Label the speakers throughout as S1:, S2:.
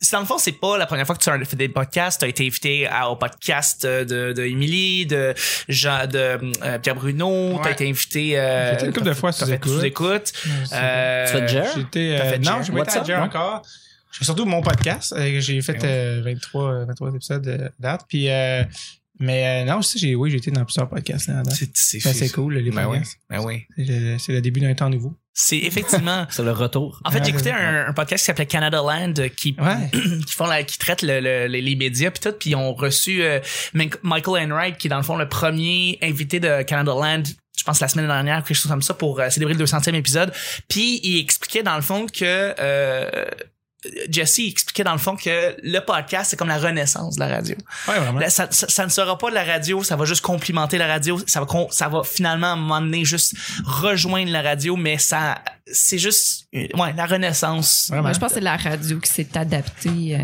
S1: c'est- dans le fond, c'est pas la première fois que tu as fait des podcasts. T'as été invité à- au podcast euh, de, de Émilie, de Jean, de euh, Pierre Bruno. T'as
S2: Ouais.
S1: été invité. Euh,
S2: J'ai été une couple de fois
S1: t'as
S2: sous
S1: fait
S2: écoute.
S1: écoute. Euh,
S3: Tu fais de Jer?
S2: J'étais.
S1: T'as
S2: euh,
S1: fait
S2: non,
S1: Jer?
S2: j'ai pas été à
S1: What's
S2: Jer
S1: up?
S2: encore. J'ai surtout mon podcast. euh, j'ai fait euh, 23, euh, 23 épisodes euh, date. Puis, euh, mais euh, non, aussi, j'ai, oui, j'ai été dans plusieurs podcasts. là, à date.
S1: C'est c'est
S2: Ben, c'est cool, les
S1: Ben oui.
S2: podcasts.
S1: Ben oui.
S2: C'est, le, c'est le début d'un temps nouveau.
S1: C'est effectivement.
S3: C'est le retour.
S1: En fait,
S2: Ouais,
S1: j'écoutais
S2: ouais.
S1: un, un podcast qui s'appelait Canada Land euh, qui
S2: Ah, Ouais.
S1: qui font la, qui traitent le- le- les, les médias puis tout puis ils ont reçu euh, Mink- Michael Enright qui est dans le fond le premier invité de Canada Land je pense la semaine dernière quelque chose comme ça pour euh, célébrer le 200e épisode puis il expliquait dans le fond que euh, Jesse expliquait dans le fond que le podcast c'est comme la renaissance de la radio
S2: Ouais, vraiment.
S1: Là, ça, ça- ça ne sera pas de la radio, ça va juste complimenter la radio, ça va, con- ça va finalement à un moment donné juste rejoindre la radio, mais ça, c'est juste, euh, ouais, la renaissance.
S2: Vraiment.
S4: Moi, je pense que c'est la radio qui s'est adaptée euh,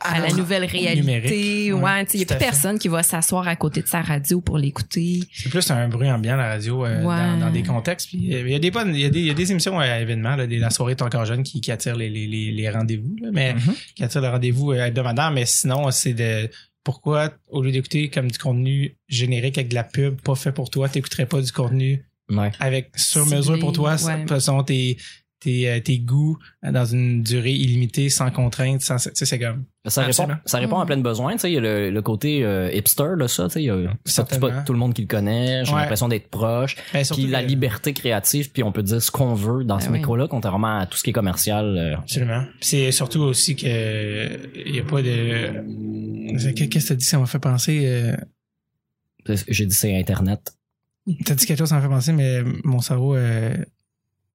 S4: à la
S1: Ah,
S4: nouvelle réalité.
S2: numérique. Ouais,
S4: Ouais, tu sais, il n'y a
S2: tout à
S4: plus
S2: fait.
S4: personne qui va s'asseoir à côté de sa radio pour l'écouter.
S2: C'est plus un bruit ambiant, la radio, euh,
S4: Ouais.
S2: dans, dans des contextes. Puis, euh, il, y a des bonnes, il, y a des, il y a des émissions euh, à événements, là, des- la soirée est encore jeune, qui, qui attirent les, les, les, les rendez-vous, là, mais
S1: Mhm.
S3: Mm-hmm.
S2: qui attirent le rendez-vous euh, hebdomadaire. Mais sinon, c'est de pourquoi, au lieu d'écouter comme du contenu générique avec de la pub pas fait pour toi, t'écouterais pas du contenu
S3: Ouais.
S2: avec sur
S4: Ciblé,
S2: mesure pour toi, ça-
S4: ouais.
S2: selon tes, tes, euh, tes goûts, euh, dans une durée illimitée, sans contrainte, sans, tu sais, c'est comme.
S3: Ben, Ça répond,
S2: Absolument.
S3: ça répond à plein de besoins. Tu sais, il y a le, le côté euh, hipster de ça. Tu sais, il y a- c'est pas
S2: Certainement.
S3: tout le monde qui le connaît. J'ai
S2: Ouais.
S3: l'impression d'être proche.
S2: Ben, surtout
S3: Puis la
S2: que-
S3: liberté créative, puis on peut dire ce qu'on veut dans ce
S4: Ben oui.
S3: micro-là, contrairement à tout ce qui est commercial. euh,
S2: Absolument. Puis C'est surtout aussi que euh, il n'y a pas de. C'est- Qu'est-ce Euh, que t'as dit ça m'a fait penser? euh,
S3: J'ai dit c'est Internet.
S2: T'as dit quelque chose ça m'a fait penser, mais mon cerveau euh,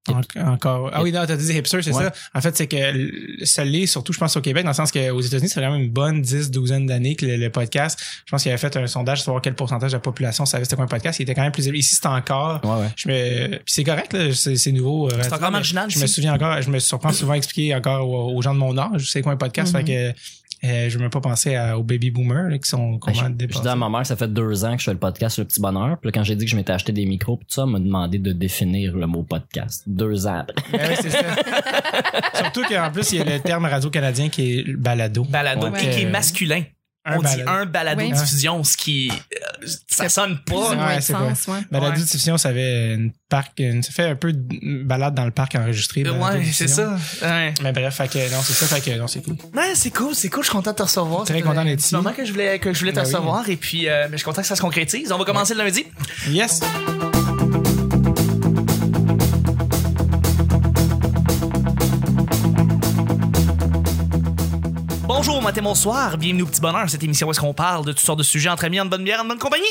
S2: en- encore. Ah oui, non, t'as dit hipster, c'est
S3: Ouais.
S2: ça. En fait, c'est que l- ça l'est surtout, je pense, au Québec, dans le sens qu'aux États-Unis, c'est vraiment une bonne 10, douzaine d'années que le, le podcast. Je pense qu'il avait fait un sondage pour savoir quel pourcentage de la population savait c'était quoi un podcast. Il était quand même plus élevé. Ici, c'est encore.
S3: Ouais, ouais.
S2: Je me... Puis c'est correct, là, c'est c'est nouveau. euh,
S1: C'est
S2: relativement,
S1: encore
S2: mais-
S1: marginal.
S2: je me
S1: ici.
S2: souviens encore, je me surprends souvent à expliquer encore aux, aux gens de mon âge, c'est quoi un podcast,
S1: Mm-hmm.
S4: Mhm.
S2: fait que euh, je veux même pas penser à- aux baby boomers là, qui sont
S3: Ben,
S2: complètement
S3: je, je
S2: dépassés.
S3: dis à ma mère, ça fait deux ans que je fais le podcast sur le petit bonheur. Puis là, quand j'ai dit que je m'étais acheté des micros, puis tout ça, elle m'a demandé de définir le mot podcast. Deux ans après.
S2: Ben oui, c'est ça. Surtout qu'en plus, il y a le terme radio-canadien qui est le balado.
S1: balado
S4: Ouais.
S1: et qui est
S2: Euh,
S1: masculin.
S2: Un
S1: Ben, on
S2: balado.
S1: dit un balado
S4: Oui.
S1: de diffusion, ce qui euh, ça sonne
S4: Plus
S1: pas.
S4: ou moins
S2: ouais,
S4: de
S2: c'est
S4: sens, ouais.
S2: Balado
S1: Ouais.
S2: diffusion, Ben, ça avait une parc, une- ça fait un peu de balade dans le parc enregistré.
S1: Ouais,
S2: balado-diffusion.
S1: c'est ça. Ouais,
S2: Mais bref, fait que non, c'est ça, fait que non, c'est cool.
S1: Ouais, c'est cool, c'est cool. Je suis content de te recevoir.
S2: Très
S1: C'était
S2: content
S1: un
S2: d'être
S1: petit
S2: ici.
S1: moment que je voulais que je voulais te
S2: Ben oui.
S1: recevoir et puis euh, mais je suis content que ça se concrétise. On va commencer le lundi.
S2: Yes!
S1: Bonjour, matin, bonsoir. Bienvenue au petit bonheur. Cette émission où est-ce qu'on parle de toutes sortes de sujets entre amis, en bonne bière, en bonne compagnie.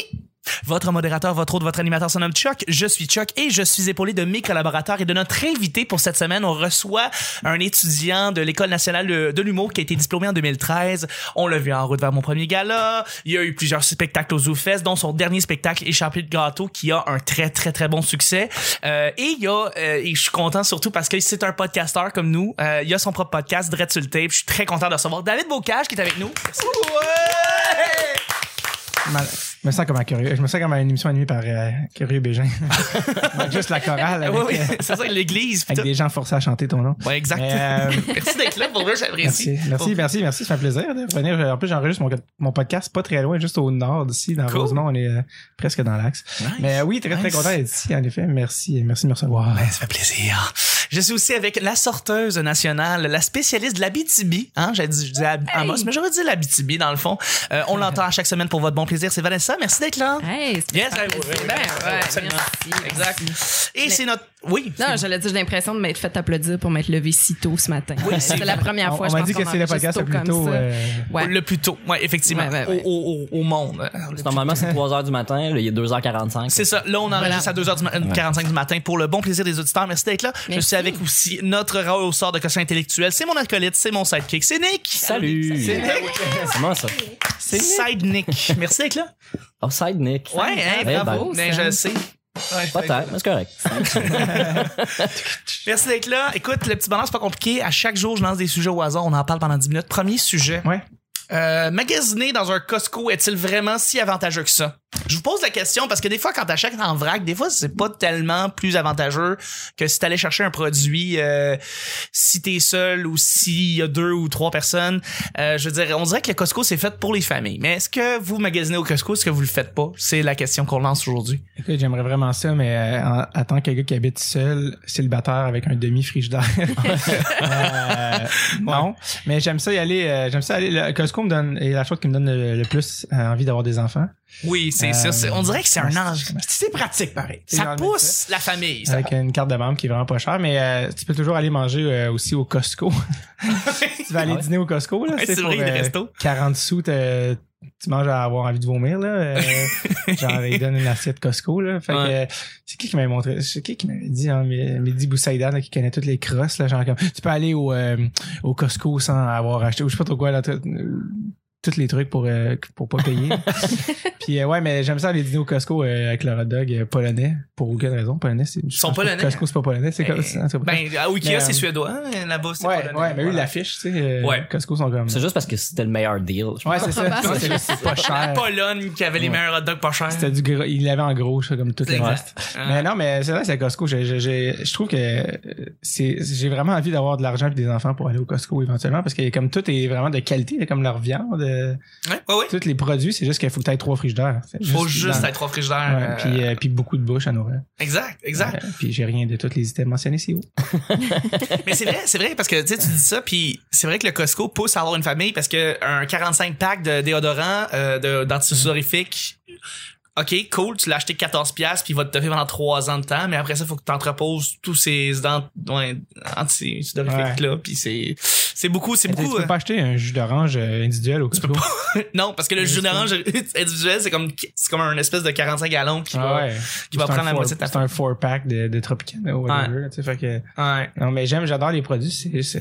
S1: Votre modérateur, votre hôte, votre animateur se nomme Chuck. Je suis Chuck et je suis épaulé de mes collaborateurs et de notre invité pour cette semaine. On reçoit un étudiant de l'École nationale de de l'humour qui a été diplômé en 2013. On l'a vu en route vers mon premier gala. Il y a eu plusieurs spectacles aux ZooFest, dont son dernier spectacle Échappé de gâteau qui a un très très très bon succès. Euh, et il y a, euh, et je suis content surtout parce que c'est un podcasteur comme nous. Euh, il a son propre podcast, Dread sur le tape. Je suis très content de recevoir David Bocage qui est avec nous. Merci.
S2: Mal- Je me sens comme un curieux. Je me sens comme à une émission animée par euh, Curieux Bégin. Manque Juste la chorale avec,
S1: Oui, oui,
S2: euh,
S1: c'est ça, l'église. pis
S2: avec
S1: tout.
S2: des gens forcés à chanter ton nom.
S1: Ouais, exact.
S2: Mais, euh,
S1: Merci d'être là, pour vrai, j'apprécie.
S2: Merci, merci, merci, merci. Ça fait plaisir de revenir. En plus, j'enregistre mon, mon podcast pas très loin, juste au nord d'ici, dans
S1: Cool.
S2: Rosemont. On est euh, presque dans l'axe.
S1: Nice.
S2: Mais euh, oui, très, très
S1: Nice.
S2: content d'être ici, en effet. Merci, merci de me recevoir.
S1: Ben, ça fait plaisir. Je suis aussi avec la sorteuse nationale, la spécialiste de la BTB. Hein, j'ai dit, je disais Ab- Amos, mais j'aurais dit la BTB dans le fond. Euh, on l'entend à chaque semaine pour votre bon plaisir. C'est Vanessa, merci d'être là.
S4: Hey, c'est
S1: Yes,
S4: un
S1: I would.
S4: plaisir. Ben, ouais,
S1: Absolument.
S4: merci,
S1: Exact.
S4: merci.
S1: Et c'est notre... Oui.
S4: Non, j'allais dire, j'ai l'impression de m'être fait applaudir pour m'être levé si tôt ce matin. c'est la première
S2: On,
S4: fois
S2: on
S4: je
S2: m'a
S4: pense,
S2: dit que
S4: qu'on
S2: c'est le
S4: enregistre
S2: podcast le plus
S4: comme
S2: tôt.
S4: ça.
S2: euh,
S4: Ouais.
S1: Le plus tôt, ouais, effectivement,
S4: Ouais, ouais, ouais. Ah,
S1: Au, au- au- au monde.
S3: Normalement, c'est 3h du matin. là, il est 2h45.
S1: C'est ça. Là, on enregistre à 2h45 du, ma- 45 du matin pour le bon plaisir des auditeurs. Merci d'être là. Je
S4: Merci.
S1: suis avec aussi notre Raoul au sort de caution intellectuel. C'est mon acolyte, c'est mon sidekick, c'est Nick.
S3: Salut!
S1: C'est Nick.
S3: Comment ça?
S1: C'est Side Nick. Merci d'être là.
S3: Oh, side Nick.
S1: Ouais, hein,
S3: Eh
S1: bravo.
S4: ben.
S1: Ben, je le sais.
S3: Peut-être, mais c'est correct.
S1: Merci d'être là. Écoute, le petit bonheur, c'est pas compliqué. À chaque jour, je lance des sujets au hasard. On en parle pendant 10 minutes. Premier sujet.
S2: Ouais.
S1: Euh, magasiner dans un Costco est-il vraiment si avantageux que ça? Je vous pose la question parce que des fois, quand t'achètes en vrac, des fois, c'est pas tellement plus avantageux que si t'allais chercher un produit, euh, si t'es seul ou s'il y a deux ou trois personnes. Euh, je veux dire, on dirait que le Costco, c'est fait pour les familles. Mais est-ce que vous magasinez au Costco? Est-ce que vous le faites pas? C'est la question qu'on lance aujourd'hui.
S2: Écoute, j'aimerais vraiment ça, mais euh, en, en tant que gars qui habite seul, célibataire avec un demi-frigidaire. euh, Non. Mais j'aime ça y aller. euh, j'aime ça aller. Le Costco me donne, est la chose qui me donne le, le plus euh, envie d'avoir des enfants.
S1: Oui, c'est
S2: Euh,
S1: ça. c'est- On dirait que c'est un ange.
S5: C'est pratique, pareil.
S1: Ça
S2: énormément
S1: pousse la famille. ça.
S2: Avec une carte de membre qui est vraiment pas chère, mais euh, tu peux toujours aller manger euh, aussi au Costco. tu vas aller
S3: Ah ouais?
S2: dîner au Costco, là.
S1: Ouais,
S2: tu sais,
S1: c'est
S2: pour,
S1: vrai, des
S2: euh,
S1: restos.
S2: 40 sous, t'as- tu manges à avoir envie de vomir, là. Euh, genre, ils donnent une assiette Costco, là. Fait que,
S1: Ouais.
S2: euh, c'est qui qui m'avait montré, c'est qui qui m'avait dit, hein, Mé- Mehdi Boussaïdan, là, qui connaît toutes les crosses, là, genre comme, tu peux aller au, euh, au Costco sans avoir acheté, ou je sais pas trop quoi, là, tout- euh, tous les trucs pour, euh, pour pas payer. Puis, euh, ouais, mais j'aime ça aller dîner au Costco euh, avec le hot dog euh, polonais, pour aucune raison. Polonais, c'est. je
S1: sont
S2: pense pas que
S1: polonais. hein?
S2: Costco, c'est pas polonais, c'est comme c'est- en tout cas,
S1: Ben, à Ikea,
S2: Mais, euh,
S1: c'est suédois. hein, Là-bas, c'est
S2: Ouais,
S1: polonais.
S2: ouais, mais eux, ils
S1: Voilà.
S2: l'affichent, tu sais. euh,
S1: Ouais.
S2: Costco sont comme.
S3: C'est juste parce que c'était le meilleur deal. je pense.
S2: Ouais, c'est ça.
S4: Pas
S2: Non, c'est juste, c'est pas
S1: La
S2: cher.
S1: Pologne qui avait les
S2: Ouais.
S1: meilleurs hot dogs pas chers.
S2: C'était du gros, il l'avait en gros, ça, comme tout
S1: C'est
S2: le
S1: exact.
S2: reste.
S1: Ah.
S2: Mais non, mais c'est vrai, c'est Costco. Je, je, je, je trouve que euh, c'est, j'ai vraiment envie d'avoir de l'argent et des enfants pour aller au Costco éventuellement parce que comme tout est vraiment de qualité, là, comme leur viande, euh,
S1: Ouais, ouais, ouais.
S2: tous les produits, c'est juste qu'il faut que tu trois frigidaires. Fait
S1: Faut juste
S2: dans-
S1: être trois frigidaires.
S2: Ouais,
S1: euh,
S2: puis, euh, puis beaucoup de bouche à nourrir.
S1: Exact, exact.
S2: Euh, puis j'ai rien de tous les items mentionnés, c'est où?
S1: Mais c'est vrai, c'est vrai, parce que tu sais, tu dis ça, puis c'est vrai que le Costco pousse à avoir une famille parce que un 45 pack de déodorant, euh, de-
S2: Mhm.
S1: d'antisudorifique, ok, cool, tu l'as acheté 14 pièces puis il va te faire pendant 3 ans de temps, mais après ça, faut que tu entreposes tous ces dents, ouais, antisudorifiques là, puis c'est, c'est beaucoup, c'est
S2: Tu
S1: beaucoup.
S2: peux
S1: euh,
S2: pas acheter un jus d'orange euh, individuel au Costco.
S1: non, parce que le jus d'orange individuel, c'est comme, c'est comme un espèce de 45 gallons qui
S2: Ah
S1: va.
S2: ouais.
S1: qui va
S2: C'est un
S1: prendre la
S2: four-
S1: moitié de ta
S2: C'est un four pack de, de Tropicana ou whatever,
S1: Ouais.
S2: là, tu sais, fait que.
S1: Ouais.
S2: Non, mais j'aime, j'adore les produits. C'est juste, euh,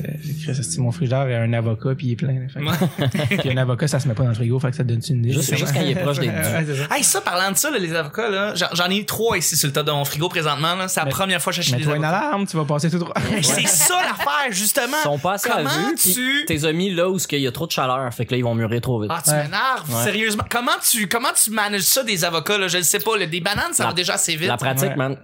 S2: Chris, c'est mon frigidaire a un avocat, puis il est plein. là, fait que- puis un avocat, ça se met pas dans le frigo, fait que ça te donne une idée.
S3: Juste- juste quand il est proche des-
S2: Ouais, c'est ça.
S1: Hey, ça, parlant de ça, là, les avocats, là, j'en- j'en ai trois ici sur le tas de mon frigo présentement. là. C'est la
S2: Mais-
S1: première fois que j'achète des
S2: Mets-toi une
S1: avocats.
S2: alarme, tu vas passer tout droit.
S1: Hey, C'est ça l'affaire, justement.
S3: Ils sont pas assez
S1: Comment
S3: à vue, puis
S1: tu-
S3: T'es les as mis là où il y a trop de chaleur, fait que là, ils vont mûrir trop vite.
S1: Ah, tu
S2: Ouais.
S1: m'énerves,
S3: Ouais.
S1: sérieusement. Comment tu, comment tu manages ça des avocats, là? Je ne sais pas. là. Des bananes, ça
S3: La-
S1: va déjà assez vite.
S3: la pratique,
S2: Ouais.
S3: man.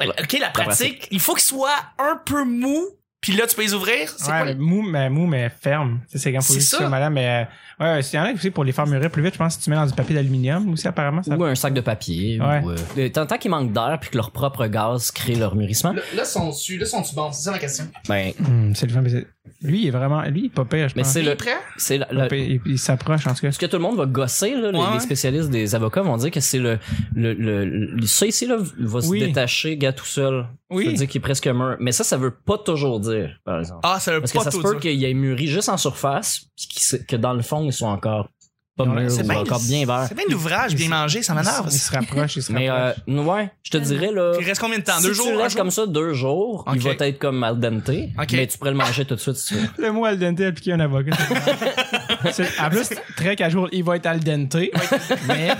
S1: Ouais, OK, la pratique,
S3: pratique.
S1: il faut qu'ils soient un peu mous, puis là, tu peux les ouvrir. C'est
S2: Ouais,
S1: quoi
S2: mais
S1: le-
S2: mou, mais mou, mais ferme. Tu sais, C'est quand faut
S1: C'est
S2: juste
S1: ça.
S2: que ça, madame. Mais euh, ouais, s'il y en a aussi pour les faire mûrir plus vite, je pense que tu mets dans du papier d'aluminium aussi, apparemment. Ça...
S3: Ou un sac de papier.
S2: Ouais.
S3: Ou, euh, euh, tant tant qu'ils manquent d'air puis que leur propre gaz crée leur mûrissement,
S1: Là, là, sont-tu là, sont bons? C'est ça ma question.
S3: ben,
S2: Hum, c'est le fun. mais c'est- Lui, il est vraiment. Lui, il est pas pire, je
S3: mais
S2: pense.
S3: c'est
S1: T'es
S3: le.
S1: prêt?
S3: C'est la-
S2: Pas
S3: la-
S2: pire. Il, il s'approche, en tout cas.
S3: ce que tout le monde va gosser, là, les-
S1: Ouais,
S3: les,
S1: ouais.
S3: spécialistes des avocats vont dire que c'est le, le, le, le- Ça ici, là, va
S2: Oui.
S3: se détacher, gars, tout seul. Ça veut
S2: Oui.
S3: dire qu'il est presque mûr. Mais ça, ça veut pas toujours dire, par exemple.
S1: Ah, ça veut
S3: Parce que
S1: pas
S3: ça se
S1: tout
S3: peut
S1: dire.
S3: qu'il ait mûri juste en surface, puis qu'il se- que dans le fond, ils sont encore pas
S2: Ouais,
S3: mûrs
S1: C'est
S3: ou
S1: bien,
S3: encore bien verts.
S1: C'est bien l'ouvrage, bien mangé, ça m'énerve.
S2: Il se rapproche, il se
S3: Mais euh,
S2: rapproche.
S3: ouais, je te dirais, là.
S1: Il reste combien de temps?
S3: si
S1: Deux
S3: tu
S1: jours?
S3: le
S1: un
S3: laisses
S1: jour?
S3: comme ça deux jours, il
S1: Ok.
S3: va être comme al dente,
S1: Ok.
S3: mais tu pourrais le manger tout de suite si tu veux.
S2: Le mot al dente appliqué à un avocat. C'est- en plus, très casual, il va être al dente. mais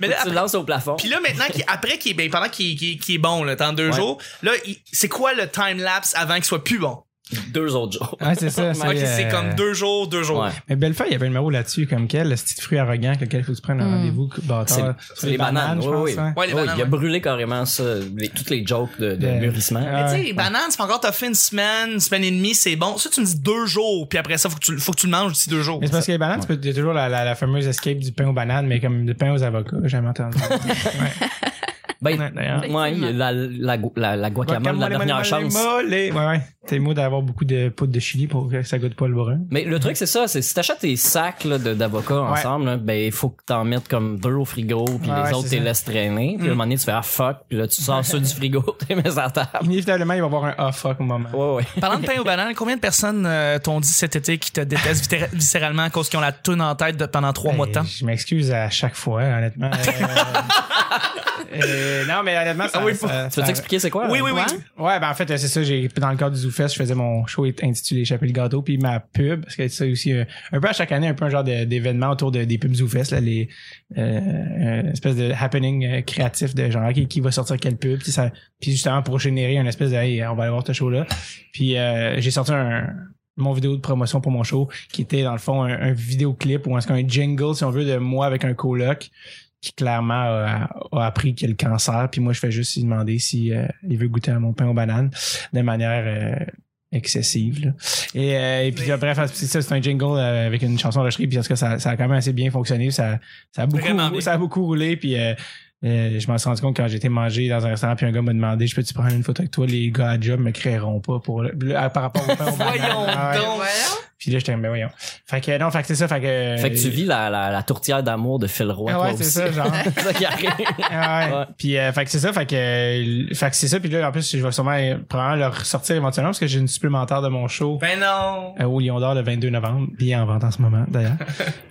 S1: Mais là,
S3: tu le lances au plafond.
S1: Puis là, maintenant, qu'il- après qu'il est, ben, pendant qu'il qu'il- qu'il est bon, là, dans deux
S3: Ouais.
S1: jours, là, il- c'est quoi le time-lapse avant qu'il soit plus bon?
S3: deux autres jours.
S2: Ouais, c'est ça.
S1: Ok, Ah, c'est
S2: euh,
S1: comme deux jours, deux jours.
S3: Ouais.
S2: Mais Bellefeuille, il y avait un numéro là-dessus, comme quel, le petit fruit arrogant avec lequel il faut que tu prennes un
S4: Mm.
S2: rendez-vous, que- bâtard.
S3: C'est-
S2: Sur
S3: C'est les bananes,
S2: je
S3: oui, oui.
S2: pense, hein. ouais.
S1: Ouais, les
S3: Oui,
S1: bananes,
S3: il a
S1: ouais.
S3: brûlé carrément ça, les- toutes les jokes de, de
S2: Euh,
S3: mûrissement.
S1: Mais tu sais,
S2: Ouais.
S1: les bananes, c'est pas encore, t'as fait une semaine, une semaine et demie, c'est bon. Ça, tu me dis deux jours, puis après ça, faut que tu, faut que tu le manges d'ici deux jours.
S2: Mais c'est parce que les bananes, tu peux- il y a toujours la, la- la fameuse escape du pain aux bananes, mais comme du pain aux avocats, j'ai jamais entendu. ouais,
S3: Ben,
S2: ouais, d'ailleurs.
S3: ouais, il y a la, la, la, la guacamole, la
S2: Guacamole,
S3: dernière
S2: guacamole,
S3: chance.
S2: guacamole. Ouais, ouais. T'es mot d'avoir beaucoup de poudre de chili pour que ça goûte pas le brun.
S3: Mais le truc, c'est ça, c'est si t'achètes tes sacs là, de- d'avocats
S2: Ouais.
S3: ensemble, là, ben il faut que t'en mettes comme deux au frigo, puis
S2: Ouais,
S3: les
S2: ouais,
S3: autres,
S2: c'est
S3: t'es
S2: ça.
S3: laisses traîner, puis à un moment donné, tu fais ah fuck, puis là, tu sors ceux du frigo, t'es mets à table.
S2: Inévitablement, il va y avoir un ah fuck au moment.
S3: Ouais, ouais.
S1: Parlant de pain aux bananes, combien de personnes euh, t'ont dit cet été qui te détestent viscéra- viscéralement à cause qu'ils ont la toune en tête de- pendant trois
S2: Hey,
S1: mois de temps?
S2: Ben, Je m'excuse à chaque fois, honnêtement. Euh, euh, non, mais honnêtement, ça,
S1: Ah oui,
S2: ça-
S3: Tu veux
S2: ça-
S3: t'expliquer c'est quoi? euh,
S1: Oui,
S3: là?
S1: oui, oui.
S2: Ouais, ben en fait, euh, c'est ça, j'ai dans le cadre du ZooFest, je faisais mon show int- intitulé Échapper le gâteau, puis ma pub, parce que c'est aussi euh, un peu à chaque année, un peu un genre de- d'événement autour de- des pubs ZooFest, là, les euh, euh, espèce de happening euh, créatif de genre qui, qui va sortir quelle pub, puis ça, puis justement pour générer une espèce de hey, on va aller voir ce show là, puis euh, j'ai sorti un mon vidéo de promotion pour mon show qui était dans le fond un, un vidéoclip ou en tout cas un jingle si on veut de moi avec un coloc qui clairement a, a appris qu'il a le cancer. Puis moi, je fais juste lui demander si euh, il veut goûter à mon pain aux bananes de manière euh, excessive. là. Et, euh, et puis
S1: Oui.
S2: euh, bref, c'est ça, c'est un jingle euh, avec une chanson enregistrée. Puis parce que ça, ça a quand même assez bien fonctionné. Ça, ça a
S1: Vraiment bien.
S2: beaucoup, ça a beaucoup roulé. Puis euh, euh, je m'en suis rendu compte quand j'étais mangé dans un restaurant, puis un gars m'a demandé Je peux-tu prendre une photo avec toi Les gars à job me créeront pas pour le- là, par rapport au pain aux bananes.
S1: Voyons
S2: Ah ouais.
S1: donc.
S2: Puis là, j'étais comme, ben voyons. Fait que non, fait que c'est ça. Fait que,
S3: Fait que tu vis la, la, la tourtière d'amour de Phil Roy.
S2: Ah
S3: toi
S2: ouais, c'est ça,
S3: aussi.
S2: genre.
S3: C'est ça qui arrive.
S2: Ah ouais.
S3: Ouais.
S2: Puis euh, fait que c'est ça, fait que, euh, fait que c'est ça. Puis là, en plus, je vais sûrement euh, probablement le ressortir éventuellement parce que j'ai une supplémentaire de mon show
S1: Ben non.
S2: euh, au Lion d'Or le 22 novembre. Il est en vente en ce moment, d'ailleurs.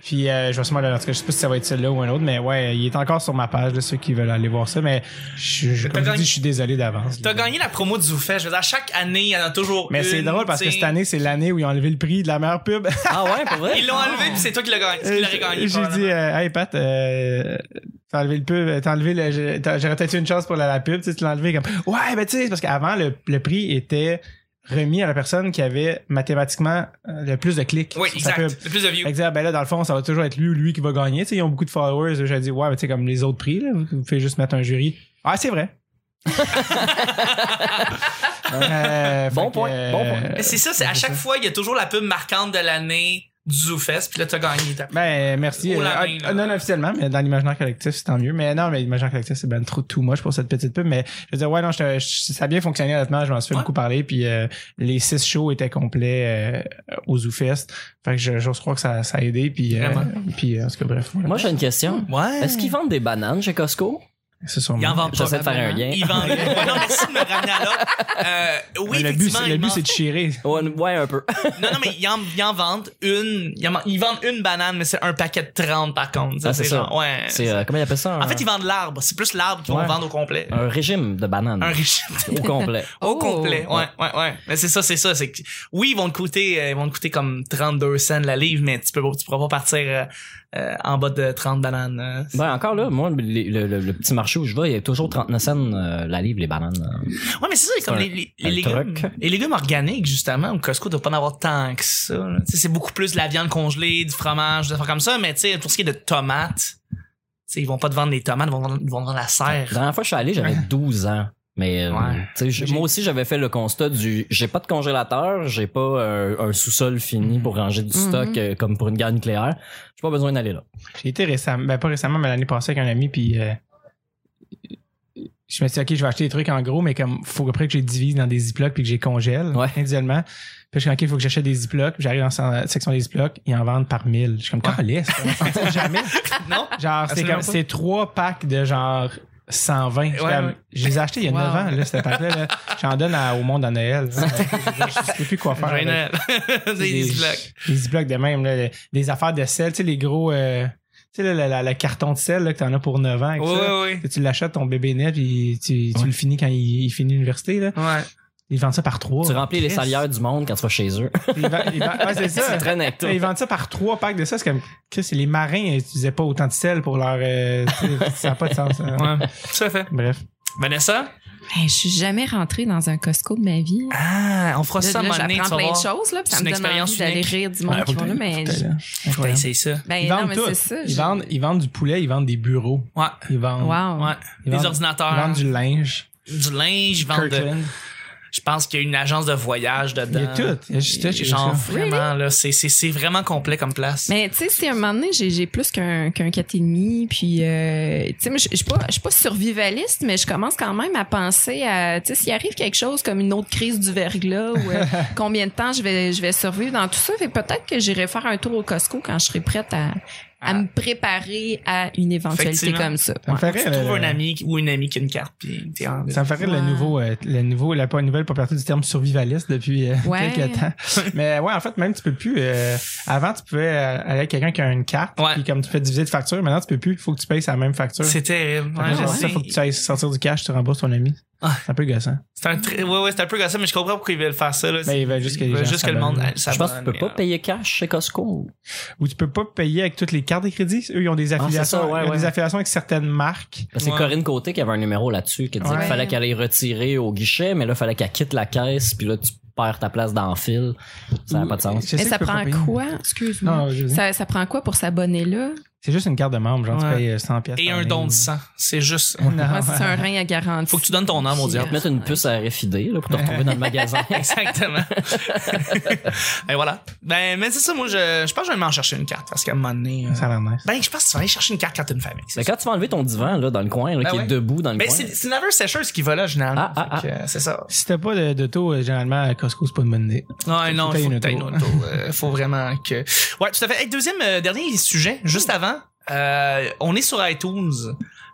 S2: Puis euh, je vais sûrement le en tout cas, Je sais pas si ça va être celle-là ou un autre, mais ouais, il est encore sur ma page, là, ceux qui veulent aller voir ça. Mais je, je,
S1: Mais
S2: comme
S1: t'as
S2: je
S1: gagné-
S2: dis, je suis désolé d'avance.
S1: T'as gagné la promo du Zoufet. Je veux dire, à chaque année, il y en a toujours
S2: Mais c'est
S1: une,
S2: drôle parce que
S1: t'sais.
S2: cette année, c'est l'année où ils ont enlevé le prix de la meilleure pub.
S3: Ah ouais, pour vrai?
S1: Ils l'ont enlevé, puis c'est toi qui l'as gagné. Tu l'aurais gagné.
S2: J'ai dit,
S1: probablement.
S2: euh, hey Pat, euh, t'as enlevé le pub, t'as enlevé le, t'as- j'aurais peut-être eu une chance pour la, la pub, tu sais, tu l'as enlevé comme, ouais, ben tu sais, c'est parce qu'avant, le, le prix était remis à la personne qui avait mathématiquement euh, le plus de clics.
S1: Oui,
S2: sur sa
S1: exact.
S2: pub.
S1: C'est plus de views.
S2: Fait que dire, ben là, dans le fond, ça va toujours être lui ou lui qui va gagner. Tu sais, ils ont beaucoup de followers. J'ai dit, ouais, mais tu sais, comme les autres prix, là, vous vous pouvez juste mettre un jury. Ah, c'est vrai. Euh,
S3: Bon
S2: fait que,
S3: point, bon point.
S1: Mais c'est ça, c'est à chaque fois, il y a toujours la pub marquante de l'année du Zoufest, puis là, t'as gagné. ta-
S2: Ben, merci.
S1: Au
S2: Euh,
S1: lapin,
S2: ah,
S1: là.
S2: non, non, officiellement, mais dans l'imaginaire collectif, c'est tant mieux. Mais non, mais l'imaginaire collectif, c'est ben trop too much pour cette petite pub. Mais je veux dire, ouais, non, je te- je- ça a bien fonctionné, honnêtement. Je m'en suis fait
S1: Ouais.
S2: beaucoup parler. Puis euh, les six shows étaient complets euh, au ZooFest. Fait que je, j'ose croire que ça, ça a aidé. Puis, euh,
S1: Vraiment.
S2: puis euh, en tout cas, bref. voilà.
S3: Moi, j'ai une question.
S1: Ouais.
S3: Est-ce qu'ils vendent des bananes chez Costco?
S2: C'est sûrement.
S1: Il en vend pas.
S3: J'essaie de faire un lien.
S1: Il vend. Ouais, non, merci de me ramener à là. Euh, oui,
S2: le but,
S1: effectivement,
S2: c'est,
S1: il
S2: le but,
S1: vend-
S2: c'est de chirer.
S3: Ouais, ouais, un peu.
S1: Non, non, mais ils en, ils en vendent une. Ils, en vendent- ils vendent une banane, mais c'est un paquet de 30 par contre. Ça,
S3: Ah, c'est ça.
S1: genre- ouais.
S3: C'est, euh, comment ils appellent ça? Un,
S1: En fait, ils vendent l'arbre. C'est plus l'arbre qu'ils vont
S2: Ouais.
S1: vendre au complet.
S3: un régime de bananes.
S1: Un régime
S3: Au complet.
S1: au
S4: Oh.
S1: complet. Ouais, ouais, ouais. Mais c'est ça, c'est ça. C'est que- oui, ils vont te coûter, euh, ils vont te coûter comme 32 cents la livre, mais tu peux, pas- tu pourras pas partir euh, euh, en bas de 30 bananes. euh.
S3: Ben, encore là, moi, les- le, le- le petit marché où je vais, il y a toujours 39 cents euh, la livre, les bananes. euh.
S1: Ouais, mais c'est ça, c'est comme
S3: un-
S1: les, les,
S3: un
S1: les légumes.
S3: truc.
S1: Les légumes organiques, justement, au Costco, doit pas en avoir tant que ça. là. Tu sais, C'est beaucoup plus de la viande congelée, du fromage, des affaires comme ça, mais tu sais, pour ce qui est de tomates, tu sais, ils vont pas te vendre les tomates, ils vont, te vendre- ils vont te vendre la
S3: La
S1: serre.
S3: dernière fois que je suis allé, j'avais 12 ans. Mais euh,
S1: Ouais.
S3: tu sais, je- moi aussi, j'avais fait le constat du j'ai pas de congélateur, j'ai pas euh, un sous-sol fini pour ranger du
S4: Mhm.
S3: stock euh, comme pour une guerre nucléaire. J'ai pas besoin d'aller là.
S2: J'ai été récemment, ben pas récemment, mais l'année passée avec un ami, puis euh, je me suis dit, OK, je vais acheter des trucs en gros, mais comme faut après que je les divise dans des ziplocs puis que j'ai congèle
S3: Ouais.
S2: individuellement. Puis je suis comme, OK, il faut que j'achète des ziplocs. Puis J'arrive dans la section des ziplocs, ils en vendent par mille. Je suis comme, calais, ça va sortir jamais.
S1: non?
S2: Genre, c'est
S1: Absolument
S2: comme,
S1: pas.
S2: c'est trois packs de genre 120. Je suis
S1: Ouais,
S2: comme,
S1: ouais.
S2: Je les ai achetés il y a
S4: Wow.
S2: 9 ans, là, cette pack-là. là. J'en donne à- au monde à Noël. là. je sais plus quoi faire. avec.
S1: Journal. des, des blocs.
S2: Des ziplocs de même, là, les- des affaires de sel, tu sais, les gros. euh, tu sais, là, la- la- le carton de sel là, que t'en as pour 9 ans. avec
S1: Ouais,
S2: ça.
S1: ouais, ouais.
S2: Que Tu l'achètes, ton bébé net, puis tu, tu le finis quand il, il finit l'université. là.
S1: Ouais.
S2: Ils vendent ça par trois.
S3: tu remplis les
S2: Chris.
S3: salières du monde quand tu vas chez eux.
S2: Ils vendent- ils vendent- ouais, c'est ça.
S3: C'est très net.
S2: Ils vendent ça par trois packs de ça. C'est comme, Chris, les marins ils n'utilisaient pas autant de sel pour leur. euh, tu sais, ça n'a pas de sens. hein.
S1: Ouais. Tout à fait.
S2: Bref.
S1: Vanessa?
S4: Ben, je suis jamais rentrée dans un Costco de ma vie.
S1: Ah, on fera
S4: Là,
S1: ça à un
S4: là,
S1: moment donné,
S4: j'apprends
S1: tu vas
S4: plein de
S1: voir.
S4: choses, là, puis ça
S1: C'est
S4: me
S1: une
S4: donne
S1: expérience
S4: envie d'aller
S1: unique.
S4: rire du monde
S2: Ouais,
S4: qui vont là, mais...
S2: Putain,
S4: je-
S2: là,
S1: Ben,
S2: incroyable.
S1: c'est ça.
S4: Ben,
S2: Ils
S4: non,
S2: vendent
S4: mais
S2: tout.
S4: c'est ça.
S2: Ils
S4: je-
S2: vendent, ils vendent du poulet, ils vendent des bureaux.
S1: Ouais.
S2: Ils vendent,
S4: Wow.
S1: Ouais.
S2: ils
S1: Des
S2: vendent- ils
S1: ordinateurs,
S2: vendent du linge.
S1: du linge, ils vendent de-
S2: Kirkland.
S1: Je pense qu'il y a une agence de voyage dedans.
S2: Il y a tout. Il y a juste tout, il y a
S1: Genre,
S2: ça.
S1: vraiment, là, c'est, c'est, c'est vraiment complet comme place.
S4: Mais tu sais, c'est un moment donné, j'ai j'ai plus qu'un qu'un 4,5, puis euh, tu sais, moi, je je suis pas, je suis pas survivaliste, mais je commence quand même à penser à, tu sais, s'il arrive quelque chose comme une autre crise du verglas, ou euh, combien de temps je vais, je vais survivre dans tout ça, fait peut-être que j'irai faire un tour au Costco quand je serai prête à, à
S1: Ah.
S4: me préparer à une éventualité
S1: Effectivement.
S4: comme ça.
S2: Ça me
S4: Ouais.
S2: fait
S1: tu
S2: rire,
S1: trouves un
S2: le-
S1: ami qui- ou une amie qui a une carte, puis t'es en...
S2: Ça me fait rire
S4: Ouais.
S2: le nouveau, euh, le nouveau, la pas- nouvelle propriété du terme survivaliste depuis euh,
S4: Ouais.
S2: quelques temps. Mais ouais, en fait, même tu peux plus. euh, avant, tu pouvais euh, aller avec quelqu'un qui a une carte,
S1: Ouais.
S2: puis comme tu fais diviser de facture, maintenant tu peux plus. Il faut que tu payes sa même facture.
S1: C'est terrible.
S2: Fait que
S1: Ouais,
S2: c'est
S1: je
S2: pour ça,
S1: sais.
S2: faut que tu ailles sortir du cash, tu rembourses ton ami.
S1: Ah.
S2: C'est un peu gossant.
S1: C'est un très- ouais, ouais, c'est un peu gossant, mais je comprends pourquoi ils veulent faire ça, là.
S2: Mais Ben, ils veulent juste que les gens
S1: juste que le monde
S2: s'abonnent.
S1: s'abonne,
S3: je pense que tu peux pas
S1: mais,
S3: payer cash chez Costco.
S2: Ou tu peux pas payer avec toutes les cartes de crédit. Eux, ils ont des
S3: c'est
S2: affiliations,
S3: ça, ouais,
S2: ils ont
S3: ouais.
S2: des affiliations avec certaines marques.
S3: C'est
S1: Ouais.
S3: Corinne Côté qui avait un numéro là-dessus qui disait
S2: Ouais.
S3: qu'il fallait qu'elle aille retirer au guichet, mais là, il fallait qu'elle quitte la caisse, puis là, tu perds ta place dans le fil. Ça n'a
S2: Ou-
S3: pas de sens.
S2: Je
S4: Mais
S2: sais
S4: ça
S2: que tu peux
S4: prend
S2: pas payer.
S4: quoi? Excuse-moi.
S2: Non, je veux dire.
S4: Ça, ça prend quoi pour s'abonner là?
S2: C'est juste une carte de membre, genre
S1: Ouais.
S2: tu payes euh, 100 pièces.
S1: Et un don de sang. C'est juste.
S4: Moi, c'est un rein à garantie.
S1: Ah, Faut que tu donnes ton âme au
S4: Puis,
S1: diable.
S4: euh,
S3: Mettre une puce à RFID là, pour te retrouver dans le magasin.
S1: Exactement. Et voilà. Ben, mais c'est ça, moi, je, je pense que je vais m'en chercher une carte parce qu'à un moment donné. euh,
S2: Ça a l'air nice.
S1: ben, je pense que tu vas aller chercher une carte quand t'as une famille. c'est
S3: Mais
S1: ça.
S3: quand tu vas enlever ton divan là, dans le coin, là,
S1: Ben
S3: qui
S1: ouais.
S3: est debout dans le
S1: Ben,
S3: coin.
S1: c'est c'est Never Seshers qui va là, généralement.
S3: Ah, ah,
S1: Fait que, euh, c'est ça.
S2: Si t'as pas de, de taux, euh, généralement, à Costco, c'est pas de bonne idée.
S1: Ouais, non, il
S2: que
S1: faut
S2: t'aies
S1: que
S2: une
S1: t'aies une
S2: auto.
S1: auto. Euh, faut vraiment que. Ouais, tout à fait. Hey, deuxième, euh, dernier sujet, juste avant. Euh, on est sur iTunes.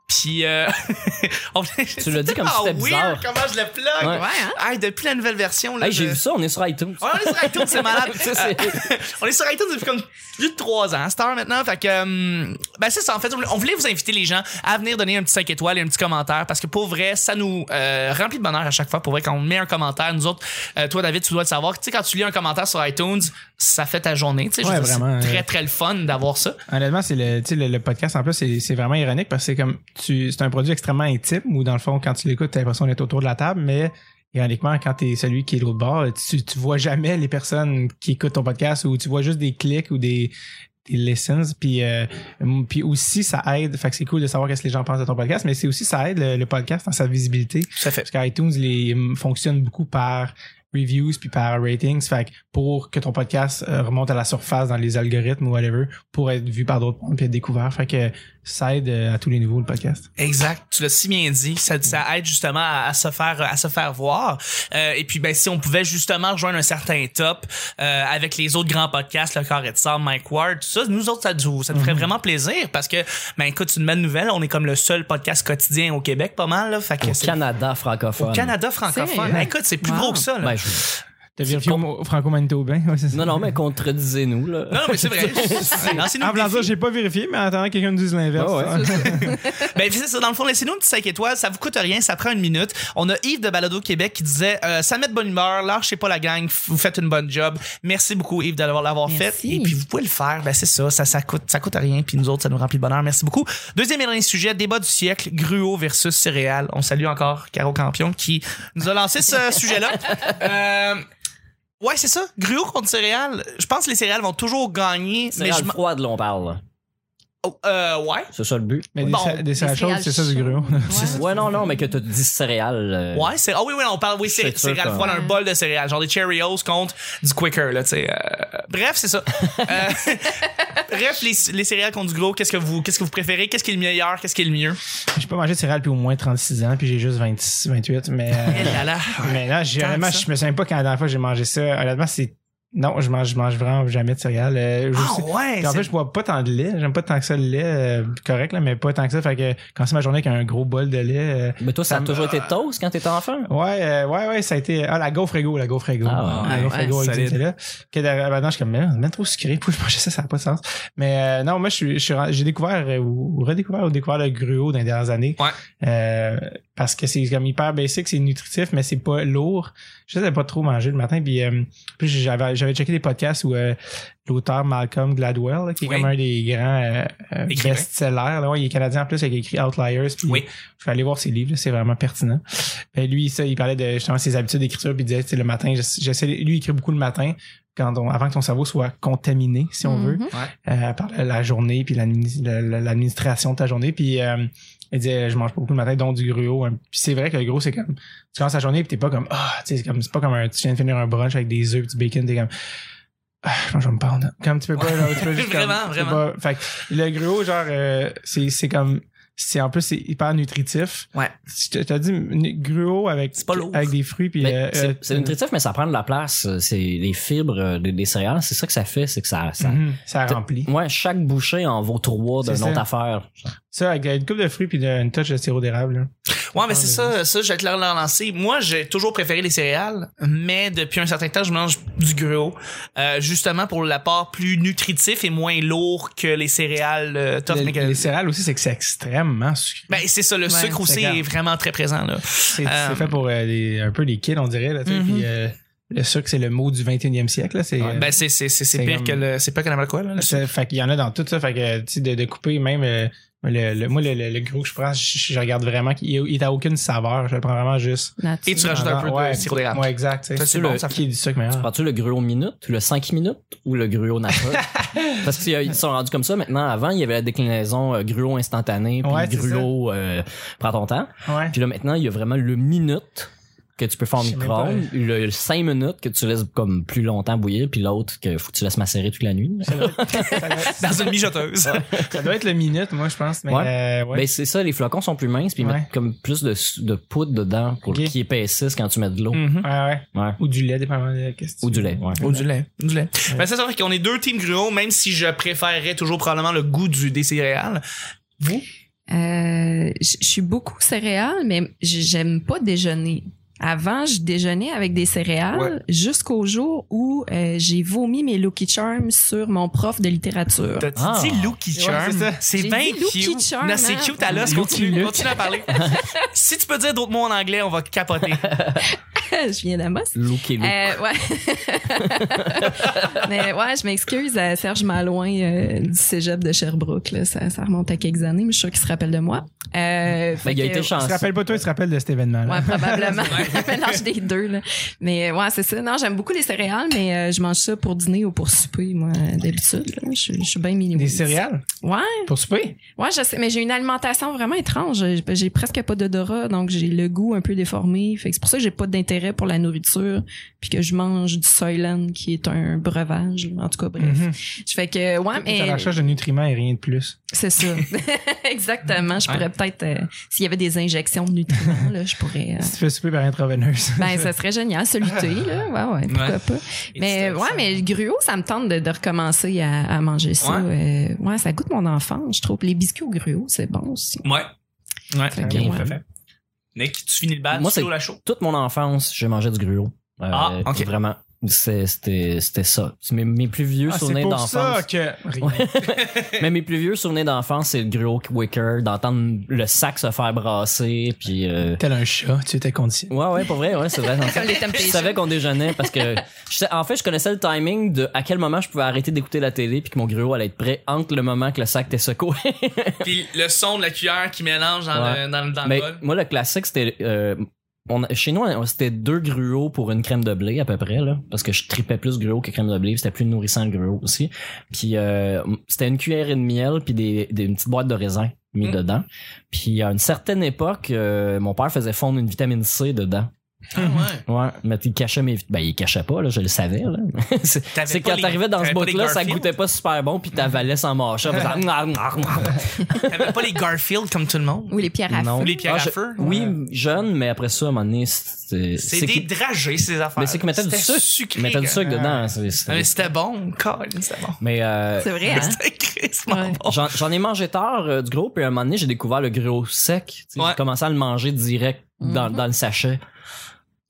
S1: Puis, euh, on...
S3: Tu l'as dit
S1: C'est
S3: comme si c'était
S1: tellement
S3: bizarre.
S1: weird comment je le plug.
S3: Ouais.
S4: Ouais, hein?
S1: Hey, depuis la nouvelle version, là.
S3: Hey, j'ai
S1: je-
S3: vu ça, on est sur iTunes.
S1: Ouais, on est sur iTunes, c'est malade.
S3: Ça, c'est-
S1: on est sur iTunes depuis comme plus de trois ans, Star maintenant. Fait que, euh, ben c'est ça. En fait, on voulait- on voulait vous inviter les gens à venir donner un petit 5 étoiles et un petit commentaire parce que pour vrai, ça nous euh, remplit de bonheur à chaque fois. Pour vrai, quand on met un commentaire, nous autres, euh, toi David, tu dois le savoir. Tu sais, quand tu lis un commentaire sur iTunes, ça fait ta journée. Tu sais, je
S2: Ouais,
S1: veux dire,
S2: vraiment,
S1: c'est
S2: ouais.
S1: très très le fun d'avoir ça.
S2: Honnêtement, c'est le, tu sais, le, le podcast en plus, c'est c'est vraiment ironique parce que c'est comme tu, c'est un produit extrêmement intime où dans le fond, quand tu l'écoutes, t'as l'impression d'être autour de la table, mais ironiquement, quand t'es celui qui est de l'autre bord, tu, tu vois jamais les personnes qui écoutent ton podcast ou tu vois juste des clics ou des, des listens. Puis, euh, m- puis aussi, ça aide. Fait que c'est cool de savoir qu'est-ce que les gens pensent de ton podcast, mais c'est aussi ça aide le, le podcast dans sa visibilité.
S1: Ça fait.
S2: Parce qu'iTunes les m- fonctionne beaucoup par reviews puis par ratings. Fait que pour que ton podcast euh, remonte à la surface dans les algorithmes ou whatever, pour être vu par d'autres mondes puis être découvert. Fait que ça aide euh, à tous les niveaux le podcast.
S1: Exact, tu l'as si bien dit, ça, ça aide justement à, à se faire à se faire voir. Euh, et puis ben si on pouvait justement rejoindre un certain top euh, avec les autres grands podcasts, le Carré de Sable, Mike Ward, tout ça, nous autres ça nous ça nous ferait vraiment plaisir parce que ben écoute c'est une bonne nouvelle, on est comme le seul podcast quotidien au Québec, pas mal là, fait que
S3: Au
S1: c'est-
S3: Canada francophone.
S1: au Canada francophone.
S4: Sérieux?
S1: Ben, écoute, c'est plus
S4: Wow.
S1: gros que ça là.
S3: Ben, je-
S2: T'as
S3: vérifié
S2: vérifié franco-manitobain?
S3: Non, non, mais contredisez-nous. Là.
S1: non, non, mais c'est vrai. Lancez-nous
S2: En
S1: le
S2: voulant
S1: défi.
S2: dire, Ah, j'ai pas vérifié, mais en attendant que quelqu'un me dise l'inverse.
S3: Ah ouais.
S2: ça.
S1: Ben, c'est ça, dans le fond, laissez-nous un petit 5 étoiles. Ça vous coûte rien, ça prend une minute. On a Yves de Balado Québec qui disait euh, Ça met de bonne humeur, lâchez pas la gang, f- vous faites une bonne job. Merci beaucoup, Yves, d'avoir l'avoir fait.
S4: Merci.
S1: Et puis, vous pouvez le faire. Ben, c'est ça, ça, ça coûte, ça coûte rien. Puis nous autres, ça nous remplit de bonheur. Merci beaucoup. Deuxième et dernier sujet débat du siècle, gruau versus céréales. On salue encore Caro Campion qui nous a lancé ce sujet-là. Euh, Ouais, c'est ça. Gruau contre céréales. Je pense que les céréales vont toujours gagner.
S3: C'est
S1: Mais je
S3: le
S1: m'en-
S3: froid de l'on parle.
S1: Oh, euh, ouais.
S3: C'est ça le but.
S2: Mais des,
S1: Bon,
S2: sa- des céréales chaudes, c'est ça du gros.
S3: Ouais, non, non, mais que tu dis céréales. euh,
S1: Ouais, c'est. Ah oui, oui, on parle. Oui, c'est
S3: C'est sûr,
S1: céréales
S3: quand
S1: froides, un
S4: même.
S1: bol de céréales, genre des Cheerios contre du Quicker, là, tu sais. euh, bref, c'est ça. Euh, bref, les, les céréales contre du gros, qu'est-ce que vous, qu'est-ce que vous préférez, qu'est-ce qui est le meilleur, qu'est-ce qui est le mieux.
S2: J'ai pas mangé de céréales depuis au moins 36 ans, puis j'ai juste 26, 28, mais... euh,
S1: Eh là là.
S2: Mais là, j'ai,
S1: Tant que
S2: honnêtement,
S1: ça.
S2: je me souviens pas quand la dernière fois que j'ai mangé ça. Honnêtement, c'est. Non, je mange, je mange vraiment jamais de céréales. Euh, je
S1: Ah
S2: sais-
S1: ouais.
S2: Puis en
S1: c'est-
S2: fait, je bois pas tant de lait. J'aime pas tant que ça le lait. euh, correct, là, mais pas tant que ça. Fait que quand c'est ma journée avec un gros bol de lait. euh,
S3: Mais toi, ça a
S2: Ça me-
S3: toujours été toast quand t'étais enfant?
S2: ouais, euh, ouais, ouais, ça a été. Ah, la gaufre égo, la gaufre égo.
S3: Ah ouais,
S2: la
S4: ouais,
S2: gaufre égo
S1: ouais,
S2: avec du
S1: solide.
S2: Nutella. Que derrière, maintenant, je suis comme, mais non, c'est même trop sucré. Pourquoi je mangeais ça? Ça n'a pas de sens. Mais euh, non, moi, je suis, je suis ren- j'ai découvert euh, ou ou redécouvert ou découvert le gruau dans les dernières années.
S1: Ouais.
S2: Euh, parce que c'est comme hyper basic, c'est nutritif, mais c'est pas lourd. Je sais pas trop manger le matin. Puis, euh, puis j'avais, j'avais checké des podcasts où euh, l'auteur Malcolm Gladwell, là, qui est
S1: Oui.
S2: comme un des grands euh, euh,
S1: Écrivain.
S2: best-sellers, là, ouais, il est canadien en plus, il a écrit Outliers. Puis
S1: Oui.
S2: Je suis allé voir ses livres, là, c'est vraiment pertinent. Ben, lui, ça, il parlait de justement ses habitudes d'écriture, puis il disait, tu sais, le matin, j'essa- j'essaie, lui, il écrit beaucoup le matin. Quand on, avant que ton cerveau soit contaminé, si on veut,
S4: Mhm.
S2: euh, par la- la journée, puis l'admini- la- la- l'administration de ta journée. Puis euh, il disait, je mange pas beaucoup le matin, donc du gruau. hein. Puis c'est vrai que le gros, c'est comme, tu commences la journée, puis t'es pas comme, ah, tu sais, c'est comme- c'est pas comme un, tu viens de finir un brunch avec des œufs, du bacon, t'es comme, ah, je mange me pendre. Comme tu peux pas, là, tu peux juste comme-
S1: Vraiment,
S2: tu peux
S1: vraiment.
S2: pas- fait que le gruau, genre, euh, c'est c'est comme, c'est en plus, c'est hyper nutritif.
S1: Ouais.
S2: Je te- t'as dit nu- gruau avec,
S1: C'est pas lourd.
S2: avec des fruits, puis.
S3: Mais
S2: euh,
S3: Ben, c'est-
S2: euh,
S3: c'est nutritif, mais ça prend de la place. euh, C'est les fibres euh, des, des céréales, c'est ça que ça fait, c'est que ça. ça
S2: mhm, ça remplit.
S3: Ouais, chaque bouchée en vaut trois d'une
S2: C'est ça.
S3: autre affaire.
S2: Ça, avec une coupe de fruits, puis une touche de sirop d'érable. là.
S1: Ouais, mais c'est ça, ça, je vais te le relancer. Moi, j'ai toujours préféré les céréales, mais depuis un certain temps, je mange du gruau, euh, justement pour l'apport plus nutritif et moins lourd que les céréales euh, tough
S2: Le-
S1: Nickel.
S2: les céréales aussi, c'est que c'est extrêmement sucré.
S1: Ben, c'est ça, le sucre aussi
S2: regarde.
S1: est vraiment très présent, là.
S2: c'est
S1: euh,
S2: c'est fait pour euh, les- un peu les kids, on dirait. Là, tu sais,
S1: Mhm.
S2: puis, euh, le sucre, c'est le mot du 21e siècle. Là, c'est, euh,
S1: Ben, c'est, c'est, c'est, c'est
S2: c'est
S1: pire
S2: comme-
S1: que le, c'est pire que n'importe quoi, là. le
S2: euh, c'est- fait qu'il y en a dans tout ça. Fait que, tu sais, de, de couper même, euh, Le, le- moi, le, le- le gros que je prends, je, je regarde vraiment qu'il il est à aucune saveur. Je le prends vraiment juste.
S4: Nature.
S1: Et tu rajoutes un peu de
S2: Ouais,
S1: sirop d'érable.
S2: Ouais, exact. tu sais.
S1: Ça, c'est bon,
S2: le-
S1: ça
S2: qui est du sucre meilleur.
S3: Prends-tu le gruau minute, le 5 minutes ou le gruau naturel? Parce qu'ils euh, ils sont rendus comme ça maintenant. Avant, il y avait la déclinaison euh, gruau instantané, puis
S2: Ouais, c'est
S3: gruau euh, prends ton temps.
S2: Ouais.
S3: Puis là, maintenant, il y a vraiment le minute que tu peux faire au
S2: Je sais même
S3: micro-ondes, le 5 minutes que tu laisses comme plus longtemps bouillir, puis l'autre que faut que tu laisses macérer toute la nuit.
S2: Ça doit, être, ça doit-
S1: Dans une mijoteuse.
S2: ça doit être le minute, moi, je pense. Mais, euh, ouais.
S3: Ben, c'est ça, les flocons sont plus minces, puis ils
S2: Ouais.
S3: mettent comme plus de, s- de poudre dedans pour
S2: Ok. Mm.
S3: qu'ils épaississent quand tu mets de l'eau.
S1: Mhm.
S2: Ouais, ouais.
S3: Ouais.
S2: Ou du lait, dépendamment de la question.
S3: Ou du lait, ouais.
S1: Ou du lait. Du lait. Ben, c'est vrai qu'on est deux teams gruau, même si je préférerais toujours probablement le goût du des céréales. Vous?
S4: Euh, je je suis beaucoup céréales, mais j- j'aime pas déjeuner. Avant, je déjeunais avec des céréales jusqu'au jour où euh, j'ai vomi mes Lucky Charms sur mon prof de littérature.
S1: T'as
S3: Ah.
S1: dit Lucky Charm?
S2: Ouais, c'est ça.
S1: c'est
S4: J'ai
S1: bien
S4: dit Lucky
S1: cute.
S4: Charm,
S1: Non, c'est
S4: hein.
S1: cute à l'os.
S3: Lucky
S1: Continue,
S3: Luke.
S1: continue à parler. si tu peux dire d'autres mots en anglais, on va capoter.
S4: je viens d'Amos.
S3: Looky look.
S4: Euh, ouais. mais ouais, je m'excuse à Serge Malouin euh, du cégep de Sherbrooke. là. Ça, ça remonte à quelques années, mais je suis sûre qu'il se rappelle de moi. Euh,
S3: Ben,
S4: fait
S3: il a
S4: que-
S2: Tu
S3: été
S2: te
S3: chanceux.
S2: rappelles pas, toi, tu te rappelles de cet événement-là.
S4: Ouais, probablement. Un mélange des deux, là. Mais euh, ouais, c'est ça. Non, j'aime beaucoup les céréales, mais euh, je mange ça pour dîner ou pour souper, moi, d'habitude. là. Je, je suis bien minimaliste.
S2: Des céréales
S4: Ouais,
S2: pour souper.
S4: ouais, je sais. Mais j'ai une alimentation vraiment étrange. J'ai- ben, J'ai presque pas d'odorat, donc j'ai le goût un peu déformé. Fait que c'est pour ça que j'ai pas d'intérêt pour la nourriture, puis que je mange du Soylent, qui est un breuvage. En tout cas, bref.
S2: Mhm.
S4: Je fais que, ouais,
S2: T'es à
S4: mais
S2: la recherche de nutriments et rien de plus.
S4: c'est ça. Exactement. Je pourrais peut-être, euh, s'il y avait des injections de nutriments, là, je pourrais. euh,
S2: Si tu fais souper par intraveineuse.
S4: Ben, ça serait génial, se lutter, là. Ouais, ouais, pourquoi
S1: Ouais.
S4: pas. Mais ouais, mais le gruau, ça me tente de, de recommencer à, à manger ça. Euh, ouais, ça goûte mon enfant, je trouve. Les biscuits au gruau, c'est bon aussi.
S1: Ouais. Ben Ouais.
S4: Fait que,
S3: Bien
S4: ouais.
S2: fait.
S1: Nick, tu finis le bal,
S3: Moi,
S1: tu
S3: c'est-
S1: fais la chaud.
S3: Toute mon enfance, j'ai mangé du gruau. Euh,
S1: Ah, ok.
S3: Vraiment. C'est- C'était c'était ça. C'est Mes, mes plus vieux
S2: Ah, c'est
S3: souvenirs
S2: pour ça
S3: d'enfance.
S2: que. Rien.
S3: Ouais. Mais mes plus vieux souvenirs d'enfance, c'est le gruau wicker, d'entendre le sac se faire brasser, puis. euh,
S2: Tel un chat, tu étais conditionné.
S3: Ouais, ouais, pour vrai, ouais, c'est vrai.
S4: Comme les
S3: Je
S4: Temptations.
S3: savais qu'on déjeunait parce que je sais- en fait, je connaissais le timing de à quel moment je pouvais arrêter d'écouter la télé puis que mon gruau allait être prêt entre le moment que le sac était secoué.
S1: Puis le son de la cuillère qui mélange dans
S3: Ouais.
S1: le, dans, le- dans
S3: Mais
S1: le bol.
S3: Ben, moi, le classique, c'était euh, on, a- chez nous, on- c'était deux gruaux pour une crème de blé à peu près là, parce que je tripais plus gruau que crème de blé, puis c'était plus nourrissant le gruau aussi. Puis euh, c'était une cuillère et de miel puis des, des une petite boîte de raisin mis
S1: Mm.
S3: dedans. Puis à une certaine époque, euh, mon père faisait fondre une vitamine C dedans.
S1: Ah ouais.
S3: Ouais, mais il cachait mes vit- ben il cachait pas là, je le savais là. C'est-
S1: T'avais
S3: C'est
S1: pas
S3: quand
S1: les-
S3: t'arrivais dans ce
S1: t'avais pas les
S3: bout-là, ça
S1: Garfield?
S3: goûtait pas super bon, puis t'avalais sans mâcher. en faisant gnar, gnar, gnar.
S1: T'avais pas les Garfield comme tout le monde?
S4: Ou les pierres à
S3: Non.
S1: Ou
S4: feu.
S1: les pierres
S3: Ah,
S1: à
S3: je-
S1: feu?
S3: Oui, jeune, mais après ça, à un moment donné, c'était...
S1: C'est des
S3: qu'il-
S1: dragées, ces affaires.
S3: Mais c'est qu'ils mettaient du
S1: C'était
S3: sucre.
S1: sucré,
S3: Ils mettaient du
S1: gars.
S3: sucre dedans. hein, c'est- c'est-
S1: Ah, Mais c'était bon, Colin, c'était bon.
S3: Mais euh,
S4: C'est vrai, hein?
S1: C'était crissement
S4: Ouais.
S1: bon.
S3: j'en j'en ai mangé tard euh, du gros, puis à un moment donné, j'ai découvert le gros sec. Tu sais,
S1: Ouais.
S3: J'ai commencé à le manger direct dans,
S4: Mhm.
S3: dans le sachet.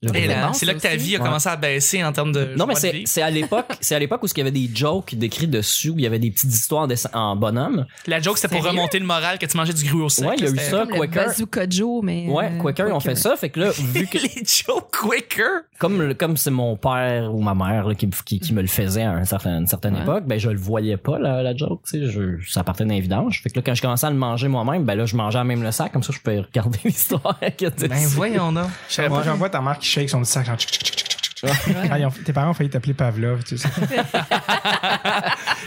S3: Le
S1: Et
S3: gros.
S1: là,
S4: bon,
S1: c'est là
S4: ça
S1: que ta
S4: aussi.
S1: vie a
S3: Ouais.
S1: commencé à baisser en termes de.
S3: Non,
S1: joie
S3: mais
S1: de
S3: c'est,
S1: vivre.
S3: c'est à l'époque, c'est à l'époque où il y avait des jokes décrits dessus, où il y avait des petites histoires dess- en bonhomme.
S1: La joke, c'était pour
S4: Sérieux?
S1: remonter le moral que tu mangeais du gruau sec.
S3: Ouais, il y a eu
S1: C'était-
S3: ça.
S4: Comme le
S3: Quaker.
S4: Bazooka Joe, mais.
S3: Ouais,
S4: euh,
S3: Quaker, ils ont fait ça. Fait que là, vu que,
S1: Les jokes quicker.
S3: comme, le- comme c'est mon père ou ma mère là, qui, qui, qui me le faisait à un certain, une certaine
S4: Ouais.
S3: époque, ben je le voyais pas, la, la joke. tu sais, Je, ça partait d'un vidange. Fait que là, quand je commençais à le manger moi-même, ben là, je mangeais même le sac. Comme ça, je pouvais regarder l'histoire. qui était
S1: Ben
S3: dessus.
S1: voyons donc. Je savais
S2: Moi,
S1: pas.
S2: j'en vois ta mère qui shake son petit sac. genre tchic, tchic, tchic, tchic, tchic, tchic. Ah, ils ont- Tes parents ont failli t'appeler Pavlov, tu sais.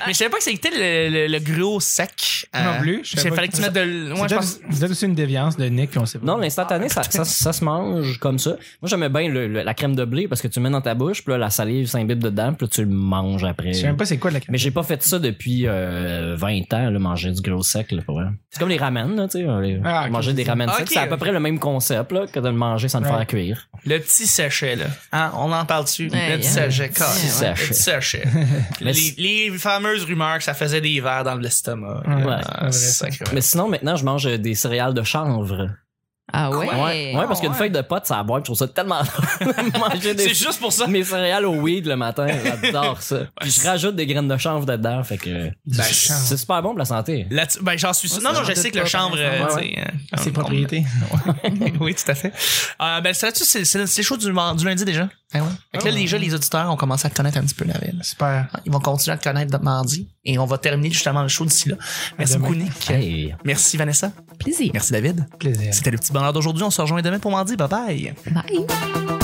S1: Mais je savais pas que c'était le, le, le gruau sec.
S2: Non plus, je savais
S1: Il
S2: pas
S1: fallait que
S2: que-
S1: tu mettes de.
S2: C'est
S1: Moi, je pense.
S2: peut-être- c'est peut-être aussi une déviance de Nick, puis on sait pas.
S3: Non, l'instantané, ça, ça, ça se mange comme ça. Moi, j'aimais bien le- le- la crème de blé parce que tu mets dans ta bouche, puis là, la salive s'imbibe dedans, puis là, tu le manges après.
S2: Je sais même pas c'est quoi la crème.
S3: Mais j'ai pas fait ça depuis euh, 20 ans, là, manger du gros sec. Là, pour vrai. C'est comme les ramen, là, tu sais. euh, les-
S2: Ah, ok,
S3: manger des
S2: c'est ça.
S3: ramen
S1: Ah,
S3: secs,
S1: ok,
S3: c'est à
S1: ok.
S3: peu près le même concept là, que de le manger sans le
S2: Ouais.
S3: faire cuire.
S1: Le petit sachet, là. Hein, on en parle dessus.
S4: Ouais,
S1: le petit
S4: hein.
S1: sachet, carrément.
S3: Petit sachet.
S1: Le petit sachet.
S3: Mais
S1: les, les fameuses rumeurs que ça faisait des verres dans l'estomac.
S2: Ouais,
S1: Ah,
S2: c'est vrai, ça.
S1: sacrément.
S3: Mais sinon, maintenant, je mange euh, des céréales de chanvre.
S4: Ah ouais?
S3: Ouais, ouais, parce qu'une feuille de pote, ça à boire, je trouve ça tellement drôle de manger des
S1: C'est juste pour ça.
S3: mes céréales au weed le matin. J'adore ça. Puis je rajoute des graines de chanvre dedans, fait que
S2: Ben,
S3: c'est super bon pour la santé.
S1: Là, tu- ben, j'en suis sûr.
S4: Ouais,
S1: Non,
S4: ça,
S1: non,
S4: j'en
S1: je sais
S4: doute
S1: que le
S4: pas,
S1: chanvre.
S4: par
S1: euh,
S3: exemple.
S1: tu sais, euh,
S2: Ah, ses
S1: on-
S2: propriétés.
S1: on- oui, tout à fait. Euh, ben, c'est là-dessus, c'est, c'est, c'est chaud du, mar- du lundi déjà. Ah ouais. Fait que là,
S2: Ah ouais.
S1: déjà, les auditeurs ont commencé à connaître un petit peu Navel.
S2: Super.
S1: Ils vont continuer à te connaître notre mardi et on va terminer justement le show d'ici là. Merci
S2: demain.
S1: beaucoup, Nick.
S3: Hey.
S1: Merci, Vanessa.
S4: Plaisir.
S1: Merci, David.
S2: Plaisir.
S1: C'était le petit bonheur d'aujourd'hui. On se rejoint demain pour mardi. Bye bye.
S4: Bye.